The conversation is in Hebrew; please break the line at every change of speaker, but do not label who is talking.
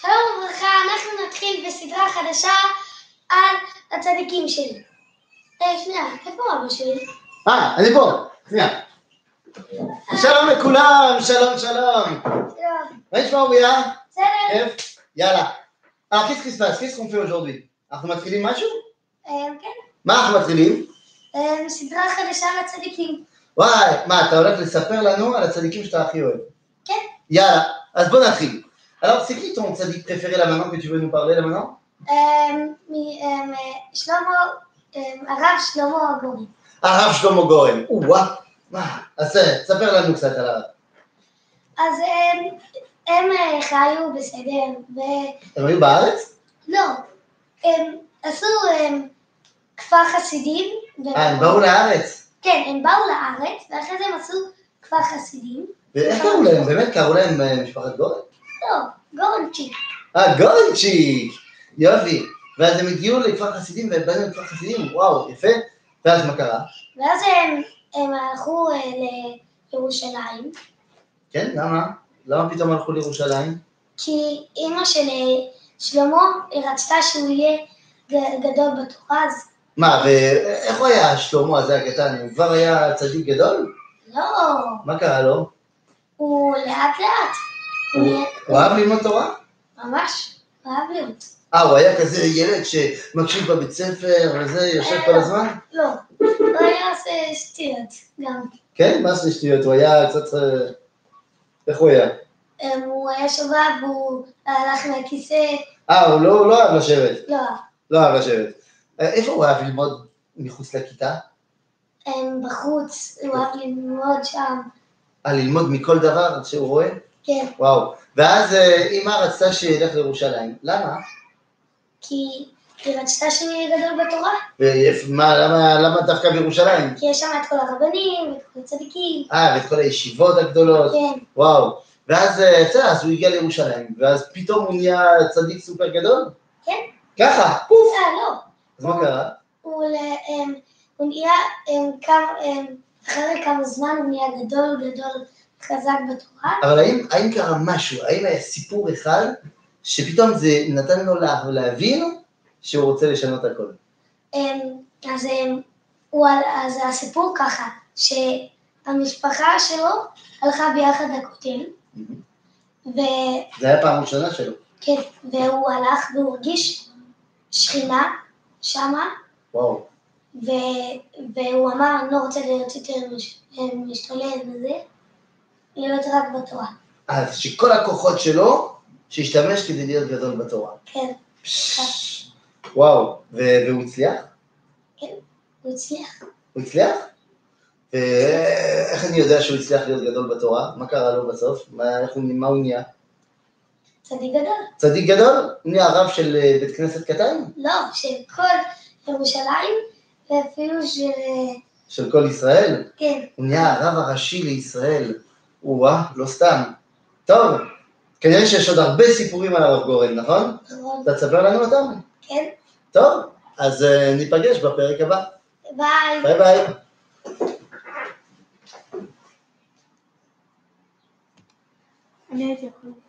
שלום וברכה, אנחנו נתחיל בסדרה חדשה על הצדיקים שלי. אה, שנייה, איפה אבא שלי?
אה, אני פה, שנייה. שלום לכולם, שלום שלום.
שלום.
מה נשמע אוריה?
לא, בסדר?
כיף? יאלה. אה, קיס קיס פס, קיס קונפי אוז'ורדי. אנחנו מתחילים משהו?
אה, כן.
מה אנחנו מתחילים?
אה, סדרה חדשה על הצדיקים.
וואי, מה, אתה הולך לספר לנו על הצדיקים שאתה הכי אוהב.
כן.
יאללה, אז בוא נתחיל. Alors, c'est qui ton sadique préféré là maintenant que tu veux nous parler là maintenant
אה, מ- אה, אה, שלמה, אה, הרב שלמה הגורי.
הרב שלמה גורן. או-אה. מה? אז אה, ספר לנו קצת על הרב.
אז הם, הם אה, חיו בסדר, ולא,
הם היו בארץ?
הם עשו הם, כפר חסידים. ו-
אה, הם באו לארץ.
כן, הם באו לארץ, ואחרי זה הם עשו כפר חסידים.
ואיך קראו להם? באמת קראו להם אה, משפחת גורן?
לא, גורנצ'יק.
אה, גולדצ'יק! יופי. ואז הם הגיעו לכפר חסידים והם בנו לכפר חסידים, וואו, יפה. ואז מה קרה?
ואז הם, הם הלכו אה, לירושלים,
כן, למה? למה פתאום הלכו לירושלים?
כי אימא של אה, שלמה היא רצתה שהוא יהיה ג- גדול בתורה, אז
מה, ואיך הוא היה שלמה הזה הקטן? הוא כבר היה צדיק גדול?
לא,
מה קרה לו?
הוא לאט לאט. הוא
הוא-
יהיה-
הוא אהב ללמוד תורה?
ממש, אהב להיות.
אה, הוא היה כזה ילד שמקשיב בבית ספר וזה, יושב כל הזמן?
לא, הוא היה עושה שטויות גם.
כן, מה זה שטויות? הוא היה קצת... אה, איך הוא היה?
אמ, הוא היה שובב, הוא הלך מהכיסא,
אה, הוא לא הוא לא אהב לשבת.
לא,
לא אהב לשבת. אה, איפה הוא אהב ללמוד מחוץ לכיתה?
אמ, בחוץ, הוא אהב ללמוד שם,
אה, ללמוד מכל דבר שהוא רואה?
כן,
וואו. ואז אה, אימא רצתה שילך לירושלים. למה?
כי היא רצתה שהוא יהיה גדול בתורה,
ומה, למה, למה דווקא בירושלים?
כי יש שם את כל הרבנים, את כל הצדיקים,
אה, ואת כל הישיבות הגדולות.
כן,
וואו. ואז, אה, אתה יודע, אז הוא הגיע לירושלים, ואז פתאום הוא נהיה צדיק סופר גדול?
כן.
ככה.
אה, לא,
אז מה קרה?
הוא ל- אמ, הוא נהיה, אמ, כמה- אמ, אחרי כמה זמן הוא נהיה גדול, גדול, חזק בתורה,
אבל האם, האם קרה משהו? האם היה סיפור אחד שפתאום זה נתן לו לה, להבין שהוא רוצה לשנות הכל?
אמ, אז, אמ, הוא, על- אז הסיפור ככה, שהמשפחה שלו הלכה ביחד לכותל, ו-
זה היה פעם ראשונה שלו.
כן, והוא הלך והוא הרגיש שכינה שמה,
וואו.
ו- והוא אמר, אני לא רוצה להיות יותר מש- משתולל וזה, להיות רק בתורה.
אז שכל הכוחות שלו, שישתמש כדי להיות גדול בתורה.
כן,
וואו, ו- והוא הצליח?
הוא הצליח.
הוא הצליח? ואיך אני יודע שהוא הצליח להיות גדול בתורה? מה קרה לו בסוף? מה, איך הוא, מה הוא נהיה?
צדיק גדול.
צדיק גדול? הוא נהיה רב של אה, בית כנסת קטן?
לא, של כל ירושלים, ואפילו של... אה,
של כל ישראל?
כן.
הוא נהיה הרב הראשי לישראל. או-אה, לא סתם. טוב, כנראה שיש עוד הרבה סיפורים על הרב גורן, נכון?
נכון.
אתה תספר לנו אותם?
כן.
טוב, אז אה, ניפגש בפרק הבא.
ביי.
ביי ביי.
אני הייתי יכול.